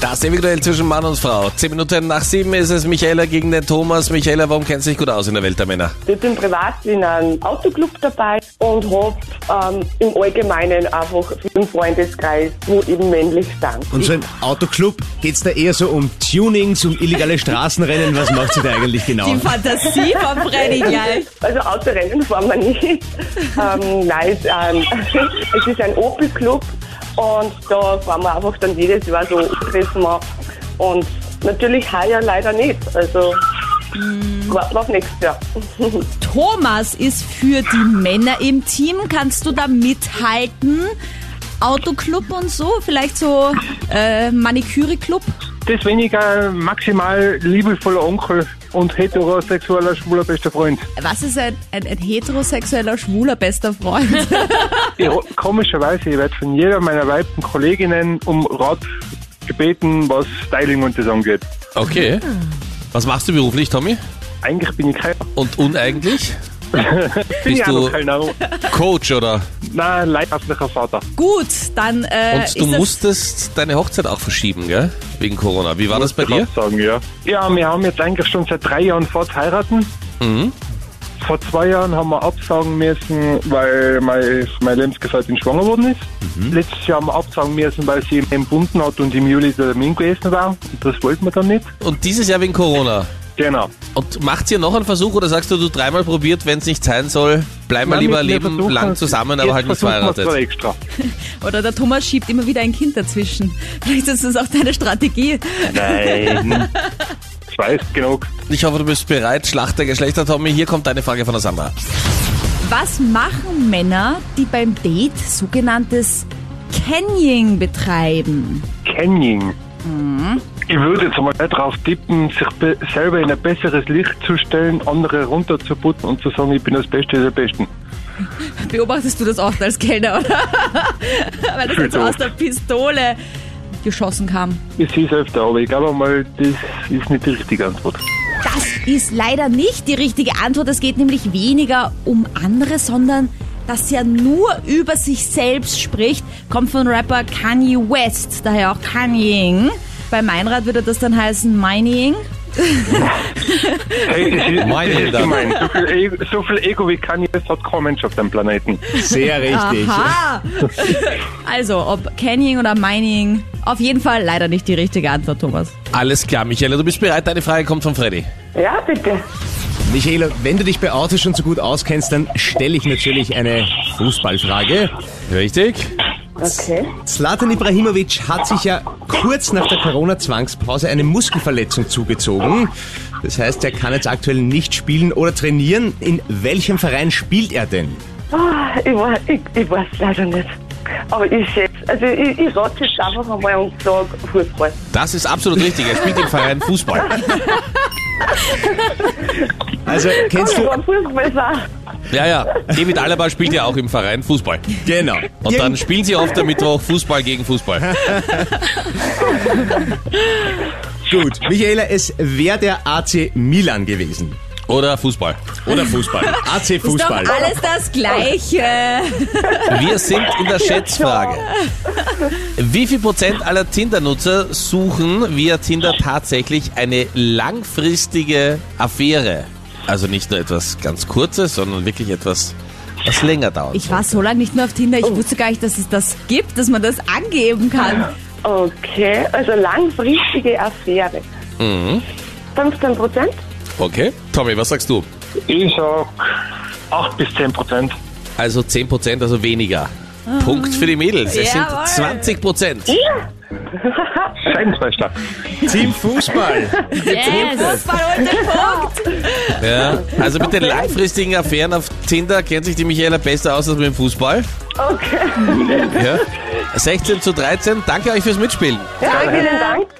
Das individuell zwischen Mann und Frau. Zehn Minuten nach sieben ist es Michaela gegen den Thomas. Michaela, warum kennst du dich gut aus in der Welt der Männer? Ich bin privat in einem Autoclub dabei und habe ähm, im Allgemeinen einfach einen Freundeskreis, wo eben männlich stand. Und so im Autoclub geht's da eher so um Tunings, um illegale Straßenrennen. Was macht sie da eigentlich genau? Die Fantasie von Freddy gleich. Also außer Rennen fahren wir nicht. ähm, nein, es, ähm, es ist ein Opel-Club und da fahren wir einfach dann jedes Jahr so treffen wir. Und natürlich heuer leider nicht. Also Mhm. warten wir auf nächstes Jahr. Thomas ist für die Männer im Team. Kannst du da mithalten? Autoclub und so? Vielleicht so äh, Maniküre-Club? das weniger maximal liebevoller Onkel und heterosexueller schwuler bester Freund. Was ist ein, ein, ein heterosexueller, schwuler bester Freund? Ich, komischerweise, ich werde von jeder meiner weiblichen Kolleginnen um Rat gebeten, was Styling und das angeht. Okay. Ah. Was machst du beruflich, Tommy? Eigentlich bin ich kein, Und uneigentlich? bin ich Bist auch du noch kein Nau. Coach oder? Nein, leidenschaftlicher Vater. Gut, dann äh, Und du ist das- musstest deine Hochzeit auch verschieben, gell? Wegen Corona. Wie war das bei Ich kann dir? sagen, ja. Ja, wir haben jetzt eigentlich schon seit drei Jahren vor zu heiraten. Mhm. Vor zwei Jahren haben wir absagen müssen, weil mein, meine Lebensgefährtin schwanger geworden ist. Mhm. Letztes Jahr haben wir absagen müssen, weil sie entbunden hat und im Juli der Termin gewesen war. Und das wollten wir dann nicht. Und dieses Jahr wegen Corona. Genau. Und macht ihr noch einen Versuch oder sagst du, du dreimal probiert, wenn es nicht sein soll, bleib mal Nein, lieber wir- wir Leben versuchen lang es. zusammen, Jetzt aber halt nicht versuchen wir's verheiratet. mal extra. Oder der Thomas schiebt immer wieder ein Kind dazwischen. Vielleicht ist das auch deine Strategie. Nein. Ich weiß genug. Ich hoffe, du bist bereit. Schlacht der Geschlechter, Tommy. Hier kommt deine Frage von der Sandra. Was machen Männer, die beim Date sogenanntes Canyoning betreiben? Canyoning. Ich würde jetzt mal darauf tippen, sich be- selber in ein besseres Licht zu stellen, andere runterzuputten und zu sagen, ich bin das Beste der Besten. Beobachtest du das oft als Kellner, oder? Weil das jetzt so aus der Pistole geschossen kam. Ich sehe es öfter, aber ich glaube mal, das ist nicht die richtige Antwort. Das ist leider nicht die richtige Antwort. Es geht nämlich weniger um andere, sondern dass er nur über sich selbst spricht. Kommt von Rapper Kanye West, daher auch Kanying. Bei Meinrad würde das dann heißen Mining. Hey, das ist, Meine das ist Damen. gemein. So viel, Ego, so viel Ego wie Kanye West hat kein Mensch auf dem Planeten. Sehr richtig. Aha! Also, ob Canning oder Mining, auf jeden Fall leider nicht die richtige Antwort, Thomas. Alles klar, Michaela, du bist bereit. Deine Frage kommt von Freddy. Ja, bitte. Michaela, wenn du dich bei Autos schon so gut auskennst, dann stelle ich natürlich eine Fußballfrage. Richtig? Okay. Zlatan Ibrahimovic hat sich ja kurz nach der Corona-Zwangspause eine Muskelverletzung zugezogen. Das heißt, er kann jetzt aktuell nicht spielen oder trainieren. In welchem Verein spielt er denn? Ah, Ich, weiß, ich, ich weiß leider nicht. Aber ich schätze, also ich, ich rate jetzt einfach einmal und sage Fußball. Das ist absolut richtig. Er spielt im Verein Fußball. Also kennst Ich du... war Fußball war. Ja, ja. David Alaba spielt ja auch im Verein Fußball. Genau. Und dann spielen sie oft am Mittwoch Fußball gegen Fußball. Gut, Michaela, es wäre der AC Milan gewesen. Oder Fußball. Oder Fußball. AC Ist doch Fußball. alles das Gleiche. Wir sind in der Schätzfrage. Wie viel Prozent aller Tinder-Nutzer suchen via Tinder tatsächlich eine langfristige Affäre? Also nicht nur etwas ganz Kurzes, sondern wirklich etwas, was länger dauert. Ich war so lange nicht mehr auf Tinder, ich wusste gar nicht, dass es das gibt, dass man das angeben kann. Okay, also langfristige Affäre. Mhm. 15 Prozent? Okay. Tommy, was sagst du? Ich sag 8 bis 10 Prozent. Also 10 Prozent, also weniger. Punkt für die Mädels. Es Jawohl. sind 20 Prozent. Scheidensmeister. Team Fußball. Yes. Fußball holt den Punkt. Ja. Also mit den langfristigen Affären auf Tinder kennt sich die Michaela besser aus als mit dem Fußball. Okay. Ja. 16 zu 13. Danke euch fürs Mitspielen. Ja, vielen Dank.